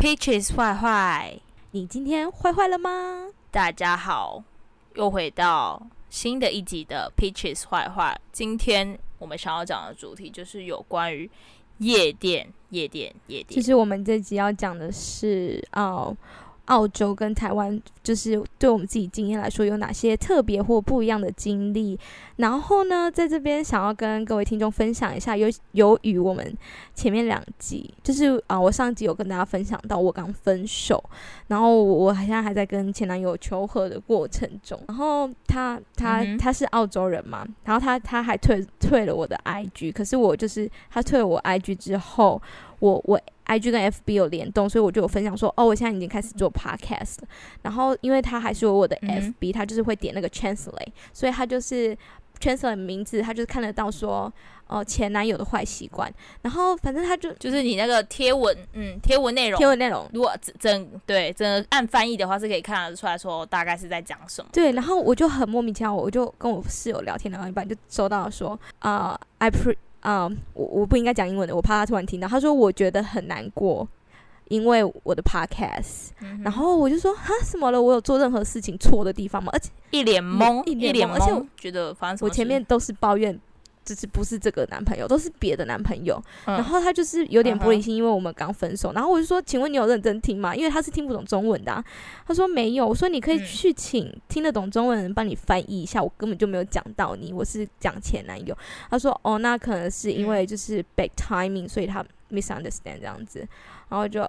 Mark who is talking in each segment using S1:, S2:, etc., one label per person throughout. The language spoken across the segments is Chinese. S1: Peaches 坏坏，你今天坏坏了吗？大家好，又回到新的一集的 Peaches 坏坏。今天我们想要讲的主题就是有关于夜店、夜店、夜
S2: 其
S1: 店。
S2: 实我们这集要讲的是澳澳洲跟台湾，就是对我们自己经验来说有哪些特别或不一样的经历。然后呢，在这边想要跟各位听众分享一下，由由于我们前面两集，就是啊、我上集有跟大家分享到我刚分手，然后我好像还在跟前男友求和的过程中，然后他他、
S1: 嗯哼
S2: 他是澳洲人嘛，然后他他还退退了我的 IG，可是我就是他退了我 IG 之后，我我 IG 跟 FB 有联动，所以我就有分享说，哦，我现在已经开始做 podcast 了。然后因为他还是有我的
S1: 嗯哼
S2: FB，、他就是会点那个 translate，所以他就是 translate 名字，他就是看得到说，哦、前男友的坏习惯。然后反正他就
S1: 就是你那个贴文，嗯，贴文内容
S2: 贴，文内容。
S1: 如果整整对整个按翻译的话，是可以看得出来说大概是在讲什么。
S2: 对，然后我就很莫名其妙，我就跟我室友聊天聊到一半，就收到说，啊、i pre，啊、我我不应该讲英文的，我怕他突然听到。他说我觉得很难过，因为我的 podcast。
S1: 嗯哼
S2: 然后我就说哈什么了？我有做任何事情错的地方吗？而且
S1: 一脸懵，
S2: 一脸
S1: 脸
S2: 懵而且我
S1: 懵，觉得发生什
S2: 我
S1: 么事
S2: 前面都是抱怨，就是不是这个男朋友，都是别的男朋友。
S1: 嗯
S2: 然后他就是有点
S1: 嗯哼
S2: 玻璃心，因为我们刚分手。然后我就说，请问你有认真听吗？因为他是听不懂中文的啊、他说没有。我说你可以
S1: 嗯
S2: 去请听得懂中文的人帮你翻译一下，我根本就没有讲到你，我是讲前男友。他说哦，那可能是因
S1: 嗯
S2: 为就是 bad timing，所以他 misunderstand 这样子。然后我就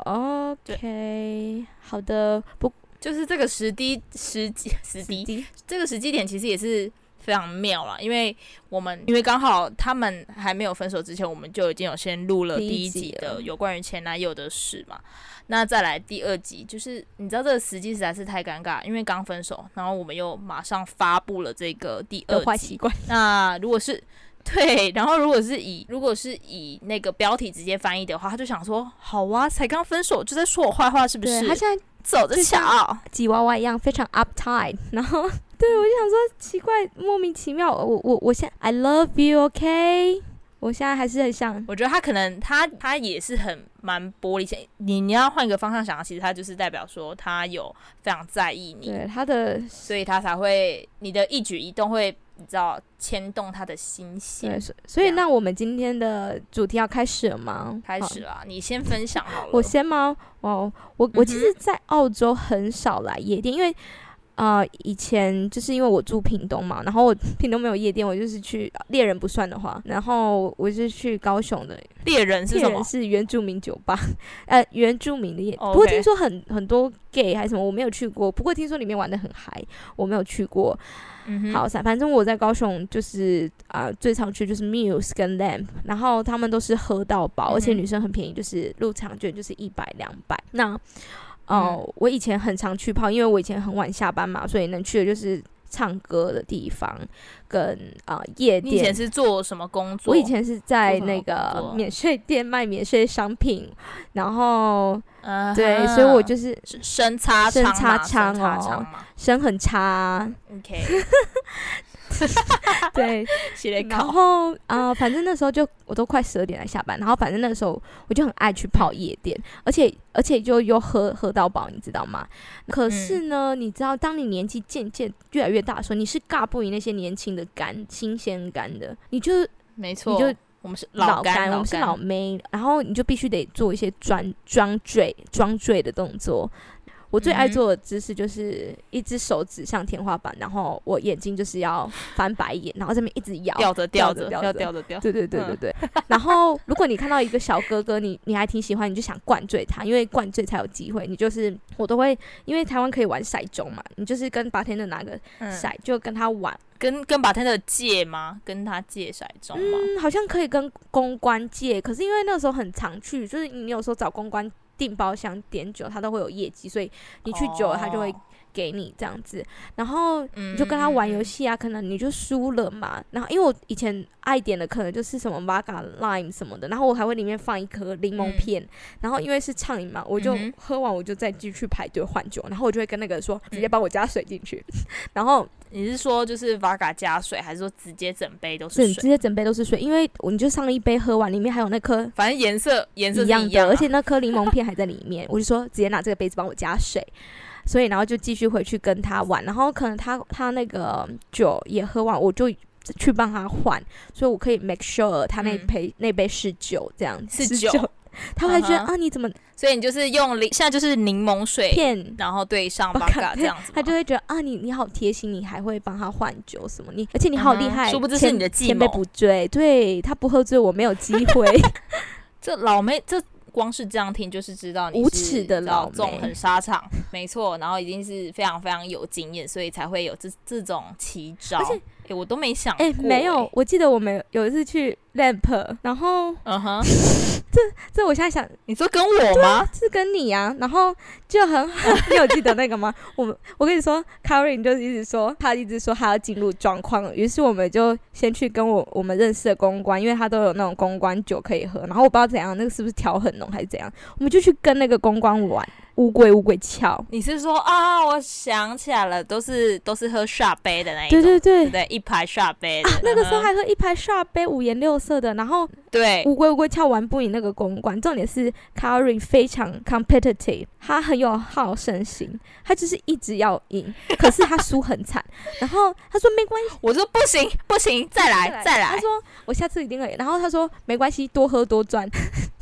S2: OK，好的，不
S1: 就是这个时机时机时机这个时机点其实也是非常妙啦，因为我们因为刚好他们还没有分手之前，我们就已经有先录了
S2: 第
S1: 第
S2: 一
S1: 一
S2: 集
S1: 集
S2: 了
S1: 的有关于前男友的事嘛。那再来第二集，就是你知道这个时机实在是太尴尬，因为刚分手，然后我们又马上发布了这个第
S2: 的
S1: 二
S2: 坏
S1: 集
S2: 习。惯。
S1: 那如果是对，然后如果是以如果是以那个标题直接翻译的话，他就想说，好啊，才刚分手就在说我坏话，是不
S2: 对
S1: 是？
S2: 他现在
S1: 走着
S2: 就像
S1: 瞧。
S2: 挤娃娃一样，非常 uptight。然 后，
S1: 嗯
S2: 对我就想说，奇怪，莫名其妙。我我我现在 I love you，OK？、我现在还是很想，
S1: 我觉得他可能他他也是很蛮玻璃心，你你要换一个方向想，其实他就是代表说他有非常在意你，
S2: 对他的，
S1: 所以他才会你的一举一动会你知道牵动他的心
S2: 对，
S1: 弦。
S2: 所以所以
S1: 这样
S2: 那我们今天的主题要开始了吗？
S1: 开
S2: 好
S1: 始啦，你先分享好了。
S2: 我先吗？哦，我我其
S1: 嗯
S2: 实，在澳洲很少来夜店，因为呃，以前就是因为我住屏东嘛，然后我 屏东没有夜店，我就是去呃猎人不算的话，然后我是去高雄的
S1: 猎人是
S2: 猎
S1: 什
S2: 人
S1: 么？
S2: 是原住民酒吧， 呃，原住民的夜。
S1: 哦
S2: 不过
S1: OK
S2: 听说很很多 gay 还是什么，我没有去过。不过听说里面玩的很嗨，我没有去过。
S1: 嗯哼，
S2: 好，反反正我在高雄就是啊、呃最常去就是 Muse 跟 Lamp，然后他们都是喝到饱，而且
S1: 嗯哼
S2: 女生很便宜，就是入场券就是一百两百。那哦、
S1: 嗯
S2: 我以前很常去泡，因为我以前很晚下班嘛，所以能去的就是唱歌的地方跟啊、呃夜
S1: 你以前
S2: 店。
S1: 是做什么工作？
S2: 我以前是在
S1: 做什么
S2: 那
S1: 工
S2: 个
S1: 作
S2: 免税店卖免税商品，然后
S1: 嗯哼
S2: 对，所以我就是
S1: 是深擦
S2: 深
S1: 枪嘛
S2: 擦枪
S1: 深擦
S2: 哦
S1: 枪嘛。
S2: 生 很差，
S1: OK，
S2: 对，
S1: 写来
S2: 然
S1: 考。
S2: 后啊、呃反正那时候就我都快十二点来下班，然后反正那时候我就很爱去泡夜店，而且而且就又喝喝到饱，你知道吗？可
S1: 嗯
S2: 是呢，你知道，当你年纪渐渐越来越大的时候，你是尬不赢那些年轻的肝、新鲜肝的，你就是
S1: 没
S2: 你
S1: 错，
S2: 就
S1: 我们是
S2: 老
S1: 干，
S2: 我们是老
S1: 干
S2: 妹，然后你就必须得做一些装装醉、装醉的动作。我最爱
S1: 嗯哼
S2: 做的姿势就是一只手指向天花板，然后我眼睛就是要翻白眼，然后这边一直摇。
S1: 吊着
S2: 吊
S1: 吊
S2: 着
S1: 着要
S2: 吊着
S1: 吊着吊。
S2: 对对对
S1: 嗯
S2: 对对。然后如果你看到一个小哥哥，你你还挺喜欢，你就想灌醉他，因为灌醉才有机会。你就是我都会，因为台湾可以玩骰盅嘛，你就是跟白天的拿个
S1: 嗯
S2: 骰，就跟他玩。
S1: 跟跟把他的借吗？跟他借骰盅吗？
S2: 嗯，好像可以跟公关借，可是因为那时候很常去，就是你有时候找公关订包厢点酒，他都会有业绩，所以你去久了，他就会
S1: 哦
S2: 给你这样子，然后
S1: 嗯
S2: 你就跟他玩游
S1: 嗯
S2: 戏啊，可能你就输了嘛。然后因为我以前爱点的可能就是什么 v o d a lime 什么的，然后我还会里面放一颗柠檬
S1: 嗯
S2: 片，然后因为是畅饮嘛，我就
S1: 嗯哼
S2: 喝完我就再继续排队换酒，然后我就会跟那个人说直接
S1: 嗯
S2: 帮我加水进去，然后
S1: 你是说就是 Vaga 加水，还是说直接整杯都
S2: 整
S1: 是
S2: 这
S1: 水？
S2: 些整杯都是水，因为我你就上一杯喝完，里面还有那颗
S1: 反正颜色颜色是
S2: 一样
S1: 啊
S2: 的，而且那颗柠檬片还在里面，我就说直接拿这个杯子帮我加水，所以然后就继续回去跟他玩，然后可能他他那个酒也喝完，我就去帮他换，所以我可以 make sure 他那
S1: 嗯
S2: 杯、那杯是酒，这样
S1: 是
S2: 是
S1: 酒，
S2: 他会觉得、
S1: 嗯哼
S2: 啊你怎么
S1: 所以你就是用柠，现在就是柠檬水，
S2: 骗？
S1: 然后对上
S2: Vodka，
S1: Vaga 这样子吗，
S2: 他就会觉得啊，你你好贴心，你还会帮他换酒什么，你而且你好厉
S1: 嗯哼
S2: 害，
S1: 殊不知是
S2: 前
S1: 你的计
S2: 前辈
S1: 谋
S2: 不追，对他不喝醉，我没有机 会。
S1: 这老妹这。光是这样听就是知道你
S2: 无
S1: 是
S2: 耻的
S1: 你知道
S2: 老妹
S1: 纵横沙场，没错，然后一定是非常非常有经验，所以才会有这这种奇招。
S2: 而且
S1: 诶我都没想过、
S2: 哎、没有，
S1: 诶，
S2: 我记得我们有一次去 lamp，然后
S1: 嗯哼，
S2: 这我现在想
S1: 你说跟我吗？
S2: 是跟你啊，然后就很好， 你有记得那个吗？我们我跟你说 c a r r n 就一直说，他一直说他要进入状况，于是我们就先去跟我我们认识的公关，因为他都有那种公关酒可以喝，然后我不知道怎样，那个是不是调很浓还是怎样，我们就去跟那个公关玩乌龟乌龟壳，
S1: 你是说啊？我想起来了，都是都是喝下杯的那一种，
S2: 对对对
S1: 对不。对，一排下杯的、
S2: 啊，那个时候
S1: 嗯哼
S2: 还喝一排沙杯，五颜六色的，然后
S1: 对，
S2: 乌龟乌龟跳完不赢那个公关，重点是 Karin 非常 competitive，他很有好胜心，他就是一直要 赢，可是他输很惨。然后他说没关系，
S1: 我说不行不行，再来再
S2: 他
S1: 来，
S2: 说我下次一定会赢。然后他说没关系，多喝多赚，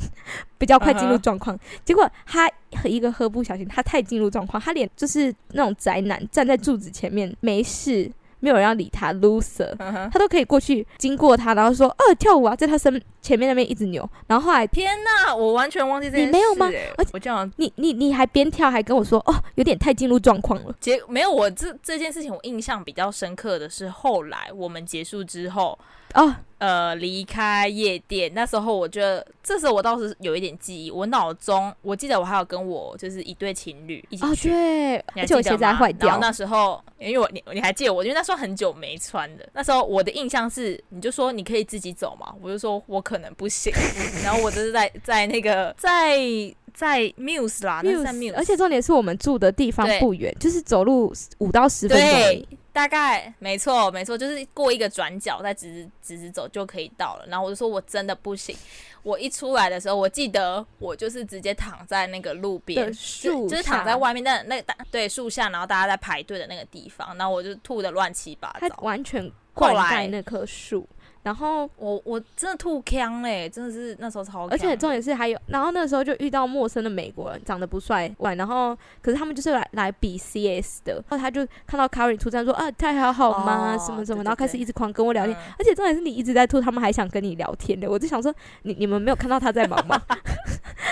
S2: 比较快进入
S1: 嗯哼
S2: 状况。结果他一个喝不小心，他太进入状况，他连就是那种宅男站在柱子前面没事，没有人要理他，loser。
S1: 嗯哼
S2: 他都可以过去经过他，然后说：“呃，跳舞啊，在他身前面那边一直扭。”然后后来
S1: 天哪，我完全忘记这件事、
S2: 你没有吗
S1: 哎
S2: 而且
S1: 我这样
S2: 你你你还边跳还跟我说哦，有点太进入状况了。
S1: 结没有，我这这件事情我印象比较深刻的是后来我们结束之后，
S2: 哦，
S1: 呃，离开夜店那时候，我觉得这时候我倒是有一点记忆，我脑中我记得我还有跟我就是一对情侣一起
S2: 哦，
S1: 去。
S2: 对，
S1: 你
S2: 而
S1: 还
S2: 且我
S1: 记得
S2: 鞋子还
S1: 吗
S2: 坏
S1: 然
S2: 掉
S1: 后。那时候，因为我你你还记得我，因为那时候很久没穿的。那时候我的印象是，你就说你可以自己走嘛，我就说我可能不 行。然后我就是在在那个在在 Muse 啦，那是在 Muse，
S2: 而且重点哦是我们住的地方
S1: 对
S2: 不远，就是走路五到十分钟而
S1: 对
S2: 已。，
S1: 大概没错没错，就是过一个转角再直直直走就可以到了。然后我就说我真的不行，我一出来的时候，我记得我就是直接躺在那个路边就
S2: 的。树
S1: 就是
S2: 下
S1: 躺在，外面那那大对树下，然后大家在排队的那个地方，然后我就吐的乱七八
S2: 它
S1: 糟，
S2: 完全灌
S1: 后
S2: 溉
S1: 来
S2: 那棵树。然后，
S1: 我我真的吐腔嘞、真的是那时候超呛的，
S2: 而且重点是还有，然后那时候就遇到陌生的美国人，长得不帅，哇然后可是他们就是来来比 CS 的，然后他就看到 Carry 出战说啊，太好好吗？
S1: 哦
S2: 什么什么，
S1: 对
S2: 然后
S1: 对
S2: 开始
S1: 对
S2: 一直狂跟我聊天，
S1: 嗯
S2: 而且重点是你一直在吐，他们还想跟你聊天的，我就想说你你们没有看到他在忙吗？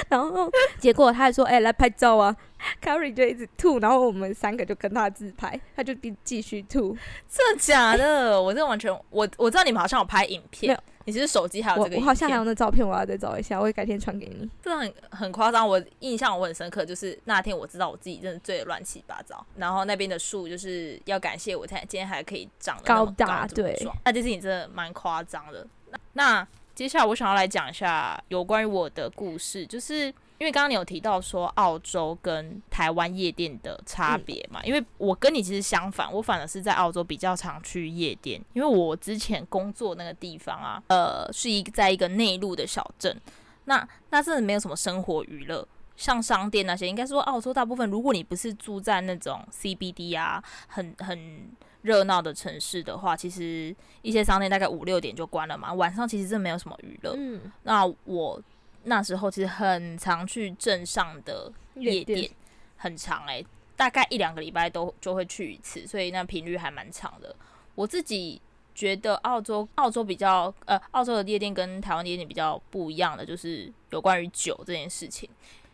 S2: 然后结果他还说哎、来拍照啊 c a r r y 就一直吐，然后我们三个就跟他自拍，他就继继续吐，
S1: 真的假的？我真的完全我我知道你们好像有拍影
S2: 没
S1: 片
S2: 有，
S1: 你是不是手机还有这
S2: 我
S1: 个
S2: 我
S1: 影
S2: 好像还
S1: 片
S2: 有那照片，我要再找一下，我会改天传给你。
S1: 真的很很夸张，我印象我很深刻，就是那天我知道我自己真的醉得乱七八糟，然后那边的树就是要感谢我才今天还可以长得那么
S2: 高大
S1: 这么
S2: 对
S1: 壮那件事情真的蛮夸张的。那那接下来我想要来讲一下有关于我的故事，就是。因为刚刚你有提到说澳洲跟台湾夜店的差别嘛，
S2: 嗯
S1: 因为我跟你其实相反，我反而是在澳洲比较常去夜店，因为我之前工作那个地方啊，呃，是一个在一个内陆的小镇，那那真的没有什么生活娱乐，像商店那些，应该说澳洲大部分，如果你不是住在那种 CBD 啊，很很热闹的城市的话，其实一些商店大概五六点就关了嘛，晚上其实真的没有什么娱乐。
S2: 嗯，
S1: 那我那时候其实很常去镇上的夜店，很长哎、大概一两个礼拜都就会去一次，所以那频率还蛮长的。我自己觉得澳洲澳洲比较呃，澳洲的夜店跟台湾的夜店比较不一样的，就是有关于酒这件事情。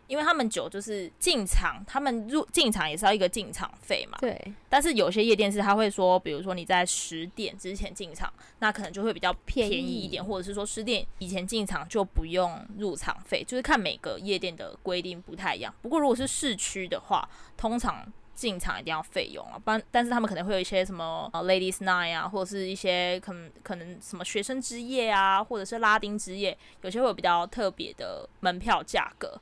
S1: 因为他们酒就是进场，他们入进场也是要一个进场费嘛。
S2: 对，
S1: 但是有些夜店是他会说，比如说你在十点之前进场，那可能就会比较便宜一点，
S2: 便宜
S1: 或者是说十点以前进场就不用入场费，就是看每个夜店的规定不太一样。不过如果是市区的话，通常进场一定要费用啊，不然但是他们可能会有一些什么呃 Ladies Night 啊，或者是一些可能可能什么学生之夜啊，或者是拉丁之夜，有些会有比较特别的门票价格。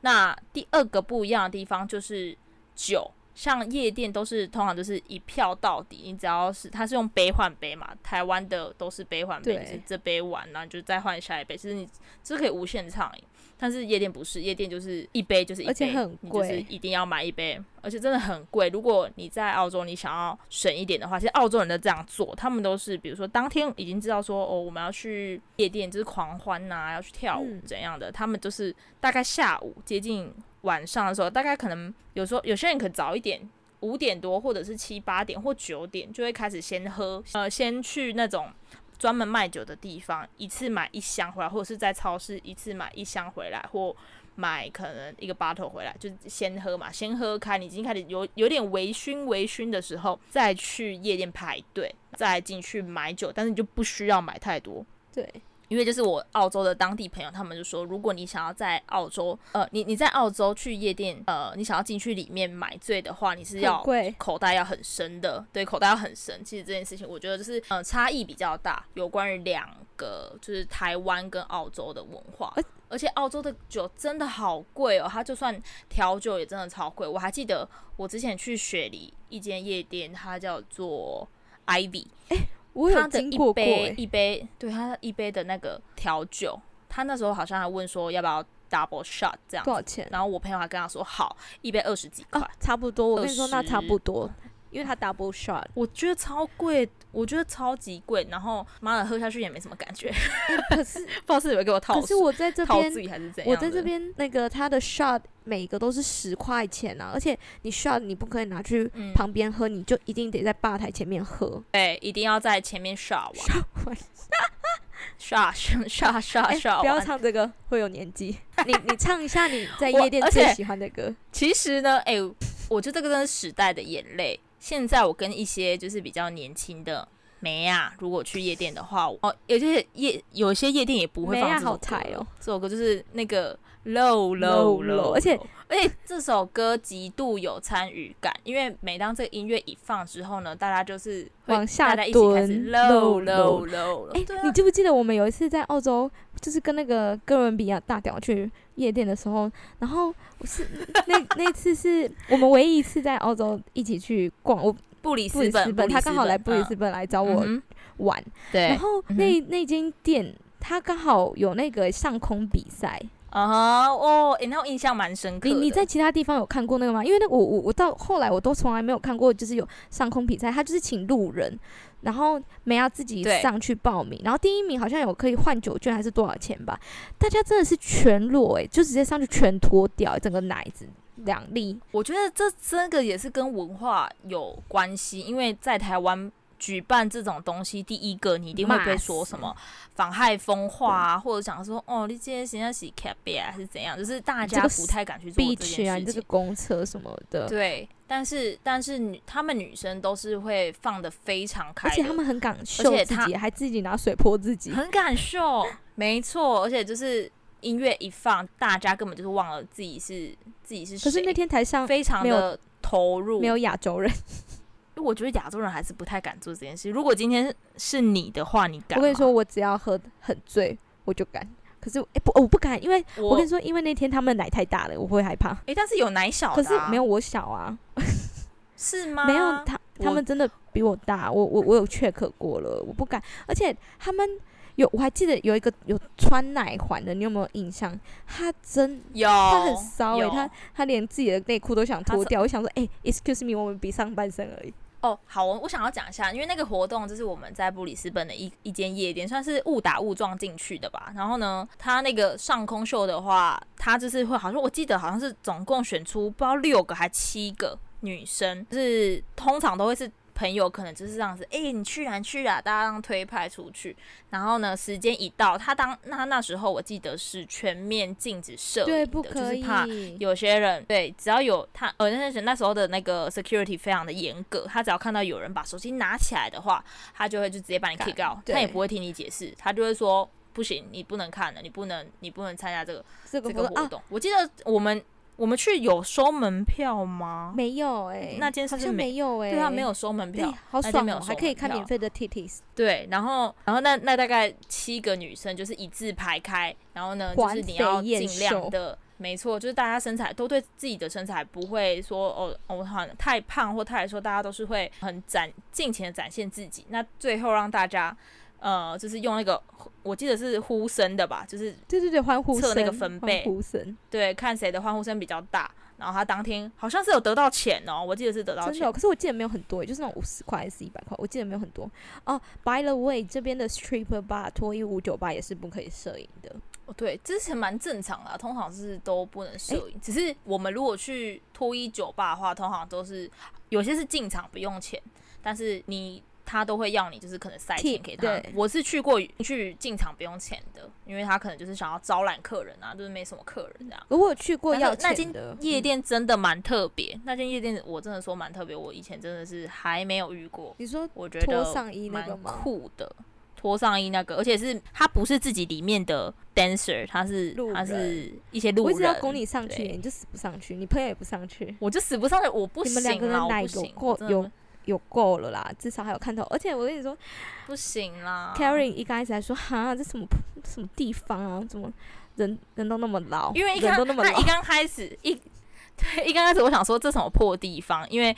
S1: 那第二个不一样的地方就是酒，像夜店都是通常就是一票到底，你只要是它是用杯换杯嘛，台湾的都是杯换杯，
S2: 对
S1: 就是这杯完，然后你就再换下一杯，其实你这可以无限畅饮。但是夜店不是，夜店就是一杯就是一杯，
S2: 而且很
S1: 你就是
S2: 贵
S1: 一定要买一杯，而且真的很贵。如果你在澳洲，你想要省一点的话，其实澳洲人都这样做，他们都是比如说当天已经知道说哦，我们要去夜店，就是狂欢呐、要去跳舞
S2: 嗯
S1: 怎样的，他们就是大概下午接近晚上的时候，大概可能有时候有些人可能早一点。五点多，或者是七八点或九点，就会开始先喝，呃，先去那种专门卖酒的地方，一次买一箱回来，或者是在超市一次买一箱回来，或买可能一个 bottle 回来，就是先喝嘛，先喝开，你已经开始有有点微醺微醺的时候，再去夜店排队，再进去买酒，但是你就不需要买太多。
S2: 对，
S1: 因为就是我澳洲的当地朋友，他们就说，如果你想要在澳洲，呃，你你在澳洲去夜店，呃，你想要进去里面买醉的话，你是要
S2: 很贵，
S1: 口袋要很深的，对，口袋要很深。其实这件事情，我觉得就是呃差异比较大，有关于两个就是台湾跟澳洲的文化
S2: 而。
S1: 而且澳洲的酒真的好贵哦，它就算调酒也真的超贵。我还记得我之前去雪梨一间夜店，它叫做 Ivy，
S2: 我
S1: 他
S2: 有
S1: 的
S2: 经
S1: 一
S2: 过过、
S1: 杯
S2: 欸，
S1: 一杯，对他一杯的那个调酒，他那时候好像还问说要不要 double shot 这样
S2: 多
S1: 子，
S2: 少钱？
S1: 然后我朋友还跟他说好，一杯二十几块，
S2: 啊，差不多，我跟你说，那
S1: 20
S2: 差不多，因为它 double shot，
S1: 我觉得超贵，我觉得超级贵，然后妈的喝下去也没什么感觉，
S2: 哎可是
S1: 不知道是有没有给我套
S2: 可是
S1: 水
S2: 我在这
S1: 套
S2: 边
S1: 自己还是怎样
S2: 我
S1: 的？
S2: 在这边那个它的 shot 每个都是十块钱啊，而且你 shot 你不可以拿去
S1: 嗯
S2: 旁边喝，你就一定得在吧台前面喝。
S1: 对，一定要在前面刷完
S2: shot 完，
S1: 刷刷刷刷
S2: 哎
S1: 刷
S2: 不要
S1: 完。
S2: 唱这个，会有 年纪。你你唱一下你在
S1: 我
S2: 夜店
S1: 而
S2: 最
S1: 且
S2: 喜欢的歌。
S1: 其实呢，哎、我觉得这个真的是时代的眼泪。现在我跟一些就是比较年轻的梅啊，如果去夜店的话，哦，有些夜有些夜店也不会
S2: 梅
S1: 放
S2: 亚
S1: 这首
S2: 好
S1: 歌
S2: 柴。哦，
S1: 这首歌就是那个 low low low，
S2: Low Low，而且
S1: 而且这首歌极度有参与感，因为每当这个音乐一放之后呢，大家就是会
S2: 往下
S1: 大家一起开始
S2: 蹲
S1: low
S2: low
S1: low low，
S2: 哎、
S1: 对啊
S2: 你记不记得我们有一次在澳洲，就是跟那个哥伦比亚大屌去夜店的时候，然后我是那那次是我们唯一一次在澳洲一起去逛，我
S1: 布里
S2: 布里
S1: 斯
S2: 斯
S1: 本，
S2: 本，他刚好来布里斯
S1: 嗯
S2: 本来找
S1: 嗯
S2: 我
S1: 哼
S2: 玩，然
S1: 对，
S2: 后
S1: 嗯
S2: 那那间店，它刚好有那个上空比赛。
S1: 啊哈哦，哎，那我印象蛮深刻
S2: 你
S1: 的。
S2: 你在其他地方有看过那个吗？因为那个我我我到后来我都从来没有看过，就是有上空比赛，它就是请路人，然后梅亚自己
S1: 对
S2: 上去报名，然后第一名好像有可以换酒券还是多少钱吧？大家真的是全裸诶、就直接上去全脱掉，整个奶子两粒。
S1: 我觉得这这个也是跟文化有关系，因为在台湾举办这种东西，第一个你一定会被说什么妨害风化啊，或者讲说哦，你今天现在洗 cap 还是怎样，就是大
S2: 这
S1: 家
S2: 个
S1: 不太敢去做这
S2: beach 啊，
S1: 件事
S2: 你这个
S1: 情。
S2: 公车什么的，
S1: 对，但是但是女她们女生都是会放的非常开
S2: 而
S1: 的，
S2: 且他们很敢秀
S1: 且
S2: 自
S1: 他
S2: 己，还自己拿水泼自己。
S1: 很感受，没错，而且就是音乐一放，大家根本就是忘了自己是自己是谁，
S2: 可是那天台上
S1: 非常
S2: 没有
S1: 的投入，
S2: 没有亚洲人。
S1: 因为我觉得亚洲人还是不太敢做这件事。如果今天是你的话，你敢？
S2: 我跟你说，，我只要喝很醉，我就敢。可是，哎、不，我不敢，因为
S1: 我
S2: 我跟你说，因为那天他们的奶太大了，我会害怕。
S1: 哎、但是有奶小
S2: 可
S1: 的、
S2: 是没有
S1: 有，
S2: 我小啊，
S1: 是吗？
S2: 没有他，
S1: 啊我
S2: 他们真的比我大。我我我有 check 过了，我不敢。而且他们有，我还记得有一个有穿奶环的，你有没有印象？他真
S1: 哦有，
S2: 他
S1: 他
S2: 很骚诶、他他连自己的内裤都想脱掉。我想说，哎、e x c u s e me，我们比上半身而已。
S1: 哦，好，我我想要讲一下，因为那个活动就是我们在布里斯本的一一间夜店，算是误打误撞进去的吧。然后呢，他那个上空秀的话，他就是会好像我记得好像是总共选出不知道六个还七个女生，就是通常都会是。朋友可能就是这样子，哎、你去啊，你去啊，大家让推派出去。然后呢，时间一到，他当那那时候我记得是全面禁止摄影的，
S2: 对，不可
S1: 呃就
S2: 以
S1: 是。怕有些人对，只要有他，呃，那些人那时候的那个 security 非常的严格，他只要看到有人把手机拿起来的话，他就会就直接把你
S2: 干
S1: kick out，
S2: 对
S1: 他也不会听你解释，他就会说不行，你不能看了，你不能，你不能参加这个
S2: 这个
S1: 这个
S2: 活动啊
S1: 活，动。我记得我们。我们去有收门票吗？
S2: 没有哎，
S1: 那间
S2: 好
S1: 是
S2: 像没有哎，
S1: 对啊，没有收门
S2: 对
S1: 票。
S2: 好
S1: 那间
S2: 爽
S1: 没有
S2: 哦，
S1: 收
S2: 还可以
S1: 门
S2: 看
S1: 票
S2: 免费的 titties，
S1: 对，然后然后那那大概七个女生就是一字排开，然后呢，就
S2: 环
S1: 是你
S2: 肥
S1: 要
S2: 燕
S1: 尽量的，没错，就是大家身材都对自己的身材不会说哦哦，我好像太胖或太瘦，大家都是会很展尽情的展现自己。那最后让大家呃，就是用那个我记得是呼声的吧，就是
S2: 对对对，欢呼
S1: 测
S2: 声，
S1: 那个分贝
S2: 欢呼声，
S1: 对看谁的欢呼声比较大。然后他当天好像是有得到钱哦，我记得是得到
S2: 真
S1: 钱
S2: 的哦、，可是我记得没有很多，就是那种五十块还是一百块，我记得没有很多。哦、b y the way，这边的 stripper bar 脱衣舞酒吧也是不可以摄影的。
S1: 哦，对，之前蛮正常的啊、通常是都不能摄影，只是我们如果去脱衣酒吧的话，通常都是有些是进场不用钱，但是你他都会要你就是可能塞钱
S2: Tip，
S1: 给他
S2: 对。
S1: 我是去过去进场不用钱的，因为他可能就是想要招揽客人啊，就是没什么客人这样。
S2: 如果我去过
S1: 但是
S2: 要
S1: 那
S2: 钱
S1: 间
S2: 的
S1: 夜
S2: 嗯
S1: 店真的蛮特别，那间夜店我真的说蛮特别，我以前真的是还没有遇过。
S2: 你说
S1: 我觉
S2: 脱
S1: 得
S2: 上衣那
S1: 蛮
S2: 个吗？
S1: 酷的，脱上衣那个，而且是他不是自己里面的 dancer，他是
S2: 路
S1: 他是
S2: 人
S1: 一些路
S2: 我一
S1: 人。
S2: 直要拱你上去，
S1: 对
S2: 你就死不上去，你朋友也不上去，
S1: 我就使不上来，我不
S2: 你
S1: 行
S2: 们两个
S1: 啦，
S2: 人
S1: 我
S2: 奶
S1: 不
S2: 有
S1: 行，
S2: 够
S1: 我真的
S2: 有有够了啦，至少还有看头。而且我跟你说、
S1: 不行啦
S2: k a r e n 一开始还说哈这什么这什么地方啊，怎么人人都那么老，
S1: 因为一
S2: 人
S1: 刚
S2: 都那么
S1: 他
S2: 老
S1: 一，刚开始一对一刚开始，我想说这什么破地方，因为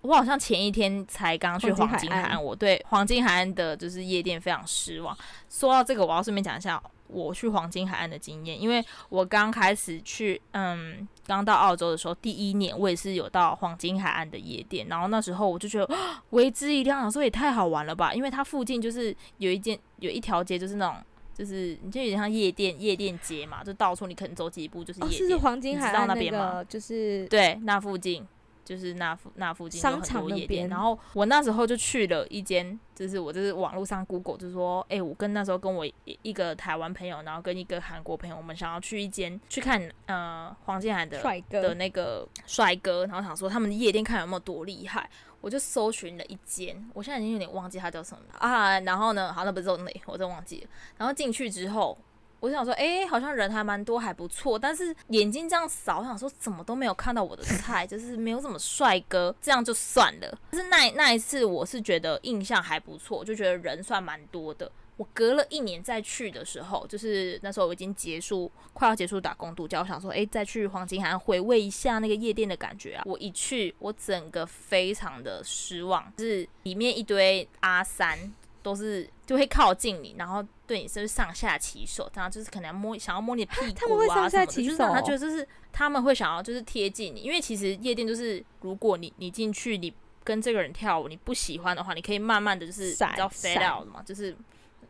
S1: 我好像前一天才刚去
S2: 黄
S1: 黄
S2: 金
S1: 金
S2: 海
S1: 海
S2: 岸
S1: 岸，我对黄金海岸的就是夜店非常失望。说到这个，我要顺便讲一下我去黄金海岸的经验，因为我刚开始去，嗯，刚到澳洲的时候，第一年我也是有到黄金海岸的夜店，然后那时候我就觉得为之一亮，想说也太好玩了吧，因为它附近就是有一间有一条街，就是那种。就是你就有点像夜店夜店街嘛，就到处你可能走几步就是
S2: 哦，
S1: 夜
S2: 是不
S1: 店。
S2: 是黄金
S1: 你
S2: 海
S1: 知道
S2: 岸
S1: 那
S2: 那
S1: 边吗
S2: 个就是
S1: 对，那附近就是那附那附近有
S2: 商
S1: 很
S2: 场
S1: 多
S2: 那
S1: 夜店。
S2: 边
S1: 然后我那时候就去了一间，就是我就是网络上 Google 就说，哎、我跟那时候跟我一一个台湾朋友，然后跟一个韩国朋友，我们想要去一间去看呃黄金海的
S2: 帅
S1: 的
S2: 哥，
S1: 那个帅哥，然后想说他们的夜店看有没有多厉害，我就搜寻了一间，我现在已经有点忘记它叫什么了啊。然后呢，好，那不是重点，我真忘记了。然后进去之后，我就想说，诶，好像人还蛮多，还不错，但是眼睛这样扫，我想说怎么都没有看到我的菜， 就是没有什么帅哥，这样就算了。但是那那一次，我是觉得印象还不错，就觉得人算蛮多的。我隔了一年再去的时候，就是那时候我已经结束，快要结束打工度假，我想说，诶，再去黄金海岸回味一下那个夜店的感觉啊。我一去，我整个非常的失望，就是里面一堆阿三，都是就会靠近你，然后对你是上下其手，然后就是可能摸想要摸你的屁股啊
S2: 他们会上下其手
S1: 什么的就是让他觉得就是他们会想要就是贴近你，因为其实夜店就是如果你你进去你跟这个人跳舞你不喜欢的话，你可以慢慢的就是
S2: 闪
S1: 比较 fade
S2: 闪
S1: out 嘛，就是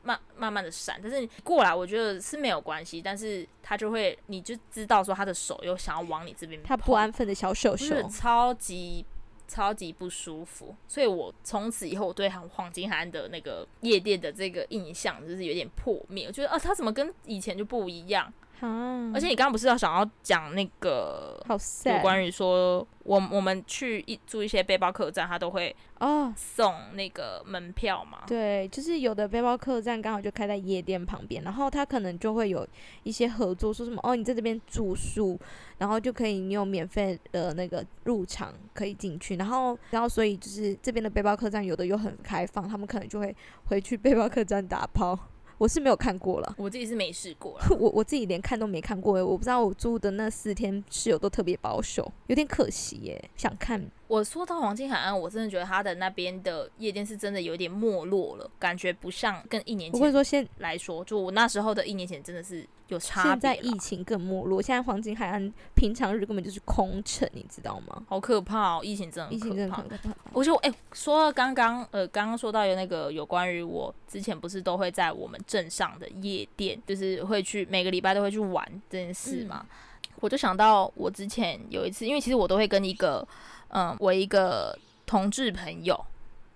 S1: 慢慢慢的闪，但是你过来我觉得是没有关系，但是他就会你就知道说他的手又想要往你这边，
S2: 他不安分的小手
S1: 不
S2: 手
S1: 是，超级超级不舒服，所以我从此以后我对黄黄金海岸的那个夜店的这个印象就是有点破灭，我觉得啊，它怎么跟以前就不一样？
S2: 啊
S1: 而且你刚刚不是要想要讲那个
S2: 好
S1: 有
S2: sad
S1: 关于说我我们去一住一些背包客栈，他都会
S2: 哦。
S1: 送那个门票嘛？
S2: 对，就是有的背包客栈刚好就开在夜店旁边，然后他可能就会有一些合作，说什么哦，你在这边住宿，然后就可以你有免费的那个入场可以进去，然后然后所以就是这边的背包客栈有的又很开放，他们可能就会回去背包客栈打炮。我是没有看过了，
S1: 我自己是没试过啦，
S2: 我我自己连看都没看过欸耶，我不知道我住的那四天室友都特别保守，有点可惜耶，想看
S1: 我说到黄金海岸，我真的觉得它的那边的夜店是真的有点没落了，感觉不像跟一年
S2: 不
S1: 前
S2: 会说现
S1: 来说，就我那时候的一年前真的是有差
S2: 现
S1: 别
S2: 在
S1: 啦，
S2: 疫情更没落，现在黄金海岸平常日根本就是空城，你知道吗？
S1: 好可怕哦，疫情真的
S2: 疫
S1: 很
S2: 情真
S1: 可怕
S2: 的很。可怕。
S1: 我就哎、说到刚刚呃，刚刚说到有那个有关于我之前不是都会在我们镇上的夜店，就是会去每个礼拜都会去玩这件事嘛，
S2: 嗯
S1: 我就想到我之前有一次，因为其实我都会跟一个嗯，我一个同志朋友，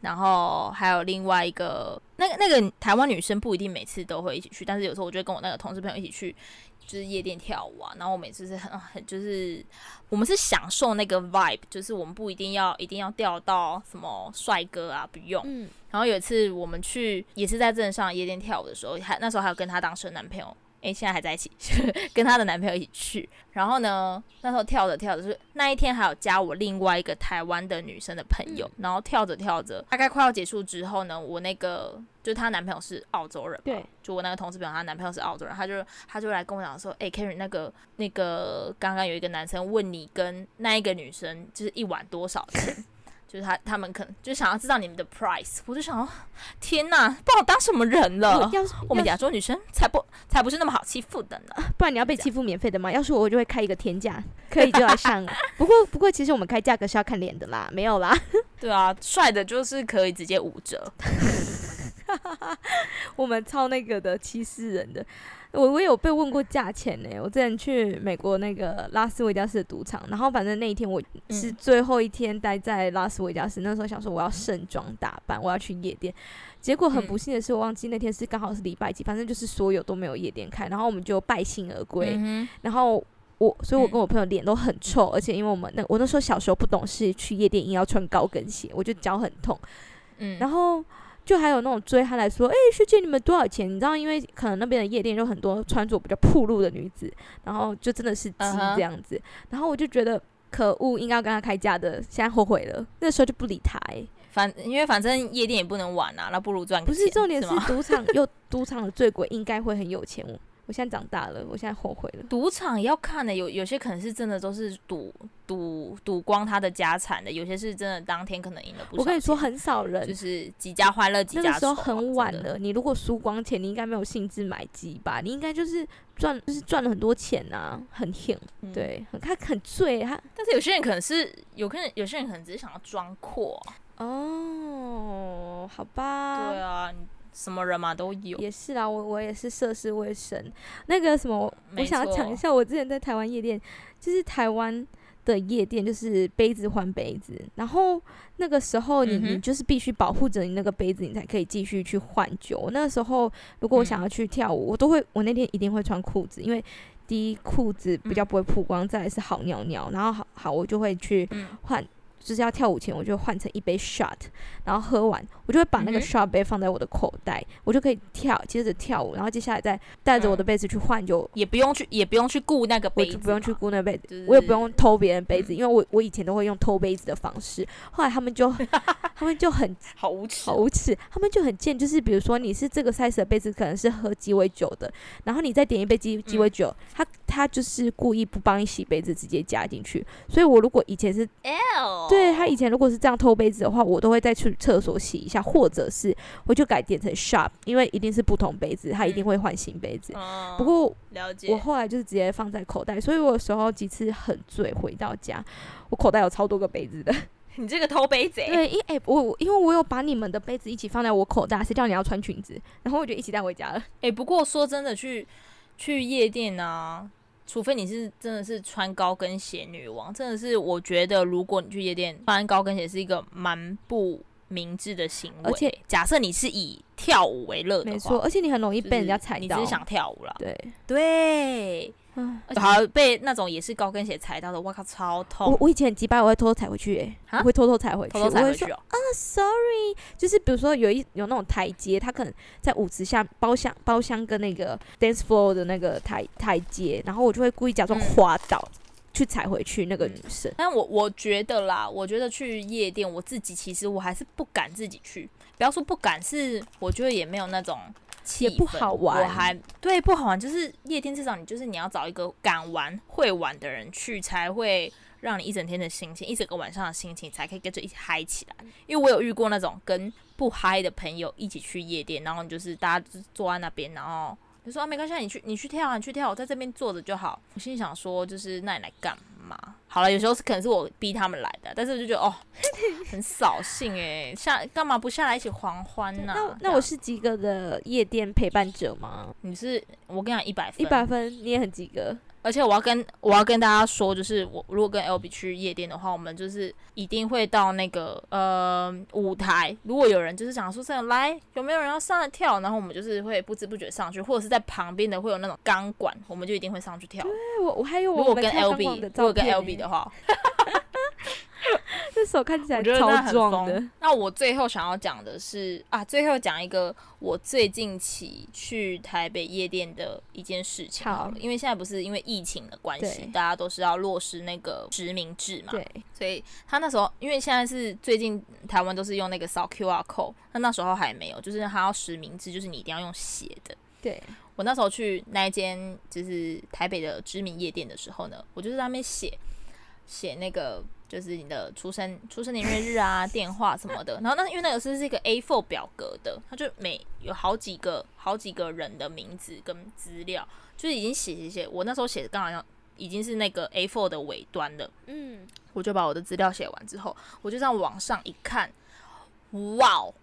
S1: 然后还有另外一个那个那个台湾女生不一定每次都会一起去，但是有时候我就会跟我那个同事朋友一起去，就是夜店跳舞啊。然后我每次是很很就是我们是享受那个 vibe，就是我们不一定要一定要钓到什么帅哥啊，不用。
S2: 嗯，
S1: 然后有一次我们去也是在镇上夜店跳舞的时候，还那时候还有跟她当时的男朋友诶、现在还在一起， 跟她的男朋友一起去。然后呢，那时候跳着跳着，就是那一天还有加我另外一个台湾的女生的朋友。然后跳着跳着，大概快要结束之后呢，我那个就是她男朋友是澳洲人嘛，
S2: 对，
S1: 就我那个同事朋友，她男朋友是澳洲人，她就她就来跟我讲说，诶 k a r r y 那个那个刚刚有一个男生问你跟那一个女生就是一晚多少钱。 就是他，他们可能就想要知道你们的 price，我就想说，天哪，把我当什么人了？
S2: 要是
S1: 我们
S2: 要
S1: 亚洲女生才不才不是那么好欺负的呢。
S2: 不然你要被欺负免费的吗？要是我，我就会开一个 天价，可以就来上了。不过不过，其实我们开价格是要看脸的啦，没有 啦。
S1: 对啊，帅的就是可以直接五折。
S2: 我们超那个的歧视人的。我我有被问过价钱呢、我之前去美国那个拉斯维加斯的赌场，然后反正那一天我是
S1: 嗯
S2: 最后一天待在拉斯维加斯，那时候想说我要盛装打扮，我要去夜店。结果很
S1: 嗯
S2: 不幸的是，我忘记那天是刚好是礼拜几，反正就是所有都没有夜店开，然后我们就败兴而归。
S1: 嗯
S2: 然后我，所以我
S1: 嗯
S2: 跟我朋友脸都很臭，而且因为我们那我那时候小时候不懂事，去夜店硬要穿高跟鞋，我就脚很痛。
S1: 哼，嗯
S2: 然
S1: 后
S2: 后就还有那种追她来说，哎、学姐你们多少钱？你知道，因为可能那边的夜店有很多穿着比较暴露的女子，然后就真的是鸡
S1: 嗯哼
S2: 这样子。然后我就觉得可恶，应该要跟她开价的，现在后悔了，那时候就不理她、诶
S1: 反因为反正夜店也不能玩啊，那不如赚个
S2: 不是
S1: 钱
S2: 重点是
S1: 是吗
S2: 赌场有赌场的醉鬼应该会很有钱。我我现在长大了，我现在后悔了。
S1: 赌场也要看的、有有些可能是真的都是赌赌赌光他的家产的，有些是真的当天可能赢了不少。
S2: 我跟你说，，很少人
S1: 就是几家欢乐几
S2: 那
S1: 家
S2: 个时候
S1: 愁啊
S2: 很晚，
S1: 真的
S2: 了，你如果输光钱，你应该没有兴致买鸡吧？你应该就是赚，就是赚了很多钱啊，很兴，
S1: 嗯。
S2: 对，很他很醉，他
S1: 但是有些人可能是有可能有些人可能只是想要装阔，啊
S2: 哦，好吧，
S1: 对啊，你什么人嘛都有。
S2: 也是啦，我我也是涉世未深。那个什么，我我
S1: 没
S2: 想要讲一
S1: 错
S2: 下，我之前在台湾夜店，就是台湾的夜店，就是杯子换杯子，然后那个时候你、
S1: 嗯
S2: 你
S1: 哼
S2: 就是必须保护着你那个杯子，你才可以继续去换酒。我那个时候如果我
S1: 嗯
S2: 想要去跳舞，我都会，我那天一定会穿裤子，因为。第一，裤子比
S1: 嗯
S2: 较不会曝光；再来是好尿尿，然后好好我就会去
S1: 嗯
S2: 换，就是要跳舞前我就换成一杯 shot，然后喝完，我就会把那个
S1: 嗯哼
S2: shot 杯放在我的口袋，我就可以跳，接着跳舞，然后接下来再带着我的杯子去换酒，
S1: 也不用去，也不用去顾那个
S2: 我
S1: 嗯杯子
S2: 就
S1: 嘛，
S2: 不用去顾那杯子，
S1: 就是
S2: 我也不用偷别人
S1: 嗯
S2: 杯子，因为我我以前都会用偷杯子的方式，后来他 们就他们就很
S1: 好无耻
S2: 好
S1: 哦，
S2: 无耻，他们就很贱，就是比如说你是这个 size 的杯子，可能是喝鸡尾酒的，然后你再点一杯鸡鸡
S1: 嗯
S2: 尾酒，他他就是故意不帮你洗杯子，直接加进去，所以我如果以前是
S1: 哦
S2: 对他以前如果是这样偷杯子的话，我都会再去厕所洗一下，或者是我就改点成 shop，因为一定是不同杯子，他一定
S1: 嗯
S2: 会换新杯子。
S1: 嗯
S2: 不过
S1: 了解
S2: 我后来就是直接放在口袋，所以我有时候几次很醉回到家，我口袋有超多个杯子的。
S1: 你这个偷杯贼，
S2: 对，因哎、我我因为我有把你们的杯子一起放在我口袋，谁叫你要穿裙子？然后我就一起带回家了。
S1: 哎、不过说真的，去去夜店啊，除非你是真的是穿高跟鞋女王，真的是我觉得，如果你去夜店穿高跟鞋是一个蛮不明智的行为。
S2: 而且，
S1: 假设你是以跳舞为乐的话，
S2: 没错，而且你很容易
S1: 就是
S2: 被人家踩
S1: 你
S2: 到。
S1: 只是想啊跳舞啦。
S2: 对，
S1: 对，
S2: 嗯，
S1: 好像被那种也是高跟鞋踩到的，我靠，超
S2: 我
S1: 痛，
S2: 我以前很鸡巴，我会偷偷踩回去、欸，
S1: 啊
S2: 我会偷偷踩回去，
S1: 哦偷偷踩
S2: 我
S1: 回
S2: 会说
S1: 去哦。
S2: sorry，就是比如说有一有那种台阶，它可能在舞池下包厢包厢跟那个 dance floor 的那个台台阶，然后我就会故意假装
S1: 嗯
S2: 滑倒、去踩回去那个女生。
S1: 但我我觉得啦，我觉得去夜店，我自己其实我还是不敢自己去。不要说不敢，是我觉得也没有那种气
S2: 也不
S1: 氛
S2: 好玩
S1: 我还对不好玩，就是夜店至少你就是你要找一个敢玩会玩的人去，才会让你一整天的心情，一整个晚上的心情才可以跟着一起嗨起来。因为我有遇过那种跟不嗨的朋友一起去夜店，然后你就是大家就是坐在那边，然后就说啊没关系啊，你去你去跳啊，你去跳，我在这边坐着就好。我心里想说，就是那你来干嘛？好了，有时候是可能是我逼他们来的，但是我就觉得哦，很扫兴哎、下干嘛不下来一起狂欢呢、
S2: 那
S1: 这
S2: 那
S1: 样
S2: 我是及格的夜店陪伴者吗？
S1: 你是我跟你讲一百分，
S2: 一百分你也很及格，
S1: 而且我要跟我要跟大家说，就是我如果跟 L B 去夜店的话，我们就是一定会到那个呃舞台。如果有人就是想说这样来，有没有人要上来跳？然后我们就是会不知不觉上去，或者是在旁边的会有那种钢管，我们就一定会上去跳。
S2: 哎对我我还有
S1: 如
S2: 我
S1: 果
S2: 们
S1: 跟
S2: 跳
S1: L
S2: 钢
S1: B，
S2: 管的
S1: 如
S2: 照
S1: 果跟
S2: 片
S1: L
S2: 欸
S1: B 的话，
S2: 这欸手看起来
S1: 我觉得那
S2: 超
S1: 很
S2: 壮的
S1: 疯。。啊那我最后想要讲的是啊，最后讲一个我最近期去台北夜店的一件事情好了
S2: 好
S1: 因为现在不是因为疫情的关系
S2: 对，
S1: 大家都是要落实那个实名制嘛，
S2: 对，
S1: 所以他那时候因为现在是最近台湾都是用那个扫 QR code，那那时候还没有，就是他要实名制，就是你一定要用写的。
S2: 对，
S1: 我那时候去那一间就是台北的知名夜店的时候呢，我就是在那边写写那个就是你的出生出生年月日啊、电话什么的。然后那因为那个是是一个 A4 表格的，它就每有好几个好几个人的名字跟资料，就是已经写写写。我那时候写的刚好像已经是那个 A4 的尾端了。
S2: 嗯，
S1: 我就把我的资料写完之后，我就这样往上一看，哇哦！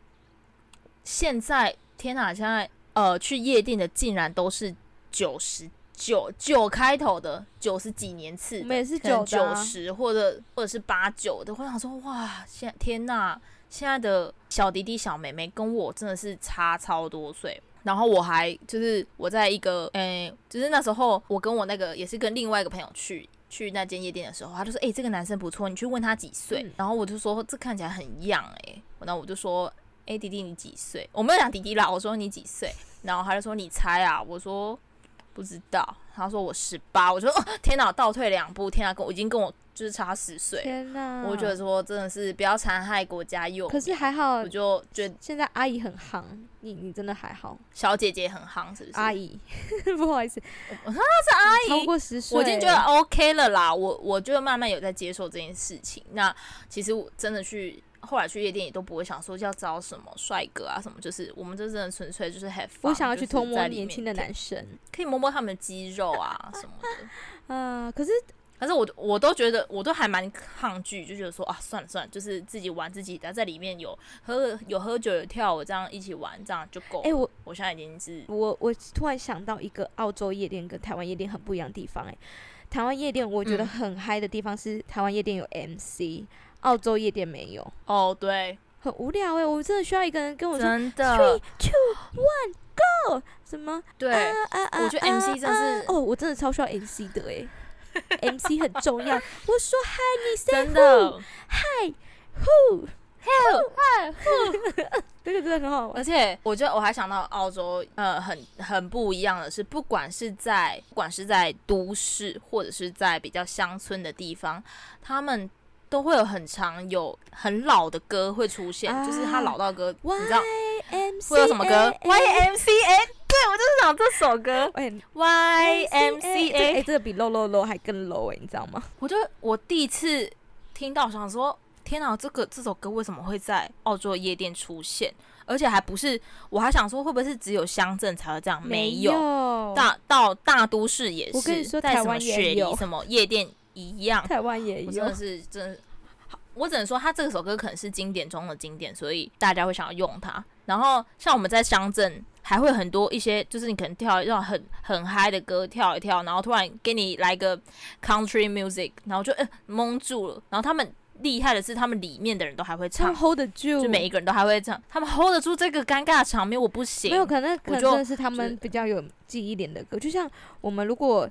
S1: 现在天哪，现在呃，去夜店的竟然都是九十九九开头的，九十几年次
S2: 我
S1: 的
S2: 们，也是
S1: 可能
S2: 九的啊
S1: 九十或者或者是八九的。我想说，哇，现在天哪，现在的小弟弟小妹妹跟我真的是差超多岁。然后我还就是我在一个诶、就是那时候我跟我那个也是跟另外一个朋友去去那间夜店的时候，他就说：“诶、这个男生不错，你去问他几岁。
S2: 嗯
S1: 然后我就说：“这看起来很样诶、然后我就说：“诶、弟弟你几岁？”我没有讲弟弟啦，我说你几岁？然后他就说：“你猜啊。”我说：“不知道。”他说：“我十八。”我说：“哦，天哪，倒退两步，天哪，跟我已经跟我就是差十岁。
S2: 天”哪！
S1: 我觉得，说真的是不要残害国家幼苗。
S2: 可是还好
S1: 我，就觉得
S2: 现在阿姨很夯，你你真的还好，
S1: 小姐姐很夯，是不是？
S2: 阿姨， 不好意思，
S1: 我
S2: 是阿
S1: 姨
S2: 超过十岁，
S1: 我已经觉得 OK 了啦，我我就慢慢有在接受这件事情。那其实我真的去后来去夜店也都不会想说要找什么帅哥啊什么，就是我们就真的纯粹就是 have fun，
S2: 我想要
S1: 就是
S2: 去偷摸
S1: 在里
S2: 年
S1: 面
S2: 轻的
S1: 可以
S2: 男生，
S1: 可以摸摸他们的肌肉啊什么的。
S2: 嗯，可是
S1: 可是我我都觉得我都还蛮抗拒，就觉得说啊算了算了，就是自己玩自己的，在里面有喝有喝酒有跳舞这样一起玩这样就够。
S2: 哎，我
S1: 我现在已经是
S2: 我我突然想到一个澳洲夜店跟台湾夜店很不一样的地方、欸，台湾夜店我觉得
S1: 嗯
S2: 很嗨的地方是台湾夜店有 MC，、澳洲夜店没有，
S1: 哦对，
S2: 很无聊哎、我真的需要一个人跟我说
S1: 真
S2: three
S1: 的
S2: two one go 什么
S1: 对。
S2: 啊啊啊！
S1: 我觉得
S2: 啊
S1: MC 真是
S2: 啊哦，我真的超需要 MC 的 哎、MC 很重要，我说嗨，你 say
S1: 真的
S2: who，who，这个真的很好玩
S1: 而。且我觉得我还想到澳洲，呃，很很不一样的是，不管是在不管是在都市或者是在比较乡村的地方，他们都会有很常有很老的歌会出现，
S2: 啊
S1: 就是他老到歌，
S2: Y
S1: 你知道
S2: MC
S1: 会有什么歌
S2: y
S1: ？Y M C A，对我就是想这首歌 Y M C
S2: 哎、
S1: A，
S2: 这个比 low low low 还更 low 哎、你知道吗？
S1: 我就我第一次听到，想说天哪，这个这首歌为什么会在澳洲夜店出现？而且还不是，我还想说会不会是只有乡镇才会这样？有，
S2: 有
S1: 大到大都市也是，
S2: 哦我跟你说
S1: 在
S2: 台
S1: 什么
S2: 湾也
S1: 雪梨
S2: 有
S1: 什么夜店一样，
S2: 台湾也
S1: 我真的
S2: 有，
S1: 是真的好我只能说他这首歌可能是经典中的经典，所以大家会想要用它。然后像我们在乡镇。还会很多一些，就是你可能跳一段很很嗨的歌，跳一跳，然后突然给你来个 country music，然后就、呃、蒙住了。然后他们厉害的是，他们里面的人都还会
S2: 他
S1: 唱
S2: 们，hold 得住，
S1: 就每一个人都还会唱，他们 hold 得住这个尴尬场面，我不行。
S2: 没有，可能可能
S1: 就
S2: 真的是他
S1: 是
S2: 们比较有记忆点的歌，就像我们如果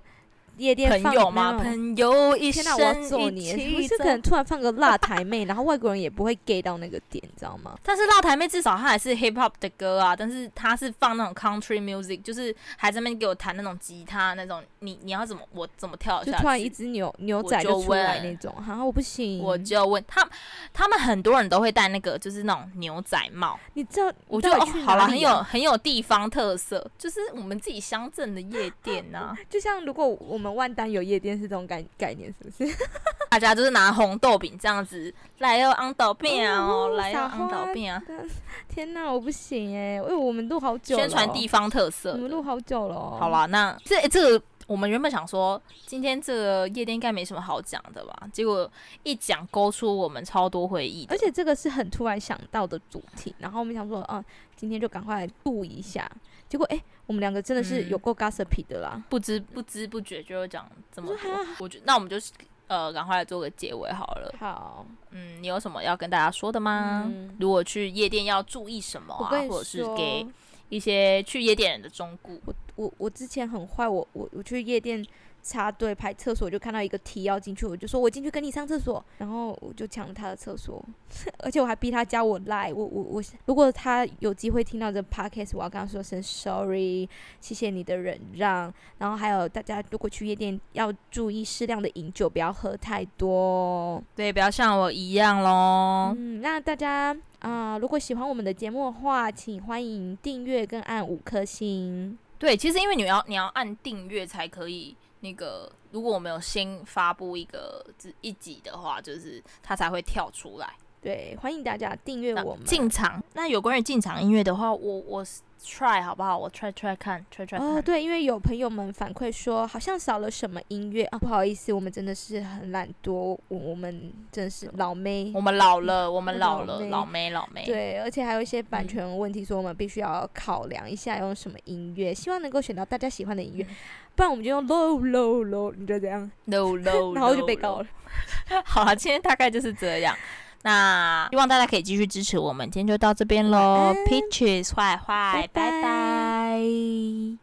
S2: 夜店
S1: 朋
S2: 放
S1: 友吗？
S2: 没有
S1: 朋友一
S2: 天
S1: 生
S2: 哪，我要揍
S1: 一
S2: 你！欸
S1: 起
S2: 不是
S1: 走
S2: 可能突然放个辣台妹，然后外国人也不会 get 到那个点，你知道吗？
S1: 但是辣台妹至少她还是 hip hop 的歌啊，但是她是放那种 country music，就是还在那边给我弹那种吉他那种，你你要怎么我怎么跳
S2: 就
S1: 下
S2: 突然一
S1: 去？
S2: 只牛牛
S1: 我
S2: 仔
S1: 就
S2: 就出来
S1: 问
S2: 那种，哈，我不行。
S1: 我就问他，他们很多人都会戴那个就是那种牛仔帽，
S2: 你知道，
S1: 我
S2: 你
S1: 觉
S2: 到
S1: 得、
S2: 底
S1: 哦
S2: 去
S1: 好
S2: 哪
S1: 了，很
S2: 里
S1: 有
S2: 啊
S1: 很有地方特色，就是我们自己乡镇的夜店啊呐、
S2: 就像如果我们万丹有夜店是这种概概念，是不是？
S1: 大家就是拿红豆饼这样子来哦，昂豆饼啊哦，
S2: 哦
S1: 来哦，
S2: 撒
S1: 昂豆
S2: 花
S1: 饼啊，
S2: 天哪，我不行哎、因为我们录好久了哦，
S1: 宣传地方特色
S2: 我
S1: 的
S2: 们录好久了哦。
S1: 好啦，那这、诶这个我们原本想说，今天这个夜店应该没什么好讲的吧？结果一讲勾出我们超多回忆的
S2: 而且这个是很突然想到的主题，然后我们想说，啊，今天就赶快录一下。结果，哎、我们两个真的是
S1: 嗯
S2: 有够 gossipy 的啦。
S1: 不知不知不觉就讲这么多
S2: 我说。
S1: 我觉那我们就是呃，赶快来做个结尾好了。
S2: 好，
S1: 嗯，你有什么要跟大家说的吗？
S2: 嗯
S1: 如果去夜店要注意什么
S2: 我
S1: 啊
S2: 跟，你
S1: 或
S2: 说
S1: 者是给一些去夜店人的忠告。
S2: 我我我之前很坏，我我我去夜店插队排厕所，我就看到一个 T 要进去，我就说我进去跟你上厕所，然后我就抢了他的厕所， 而且我还逼他加我 line，我我我，如果他有机会听到这 podcast，我要跟他说声 sorry，谢谢你的忍让，然后还有大家如果去夜店要注意适量的饮酒，不要喝太多哦。
S1: 对，不要像我一样喽。
S2: 嗯，那大家啊、呃如果喜欢我们的节目的话，请欢迎订阅跟按五颗星。
S1: 对，其实因为你要你要按订阅才可以，那个如果我们有新发布一个自一集的话，就是它才会跳出来。
S2: 对，欢迎大家订阅
S1: 那
S2: 我们。
S1: 进场，那有关于进场音乐的话，我我 try 好不好？我 try try 看，try try 看。
S2: 哦，对，因为有朋友们反馈说好像少了什么音乐啊，不好意思，我们真的是很懒惰，我我们真的是老妹
S1: 我。们老了，我们老了，
S2: 老
S1: 老妹老妹。
S2: 对，而且还有一些版
S1: 嗯
S2: 权问题，所以我们必须要考量一下用什么音乐，希望能够选到大家喜欢的音乐
S1: 嗯，
S2: 不然我们就用 low low low，你觉得怎样？
S1: ，no no，
S2: 然后就被告了。。
S1: 好了，今天大概就是这样。那希望大家可以继续支持我们，今天就到这边喽
S2: 晚安。
S1: Peaches 坏坏，
S2: 拜拜
S1: 拜拜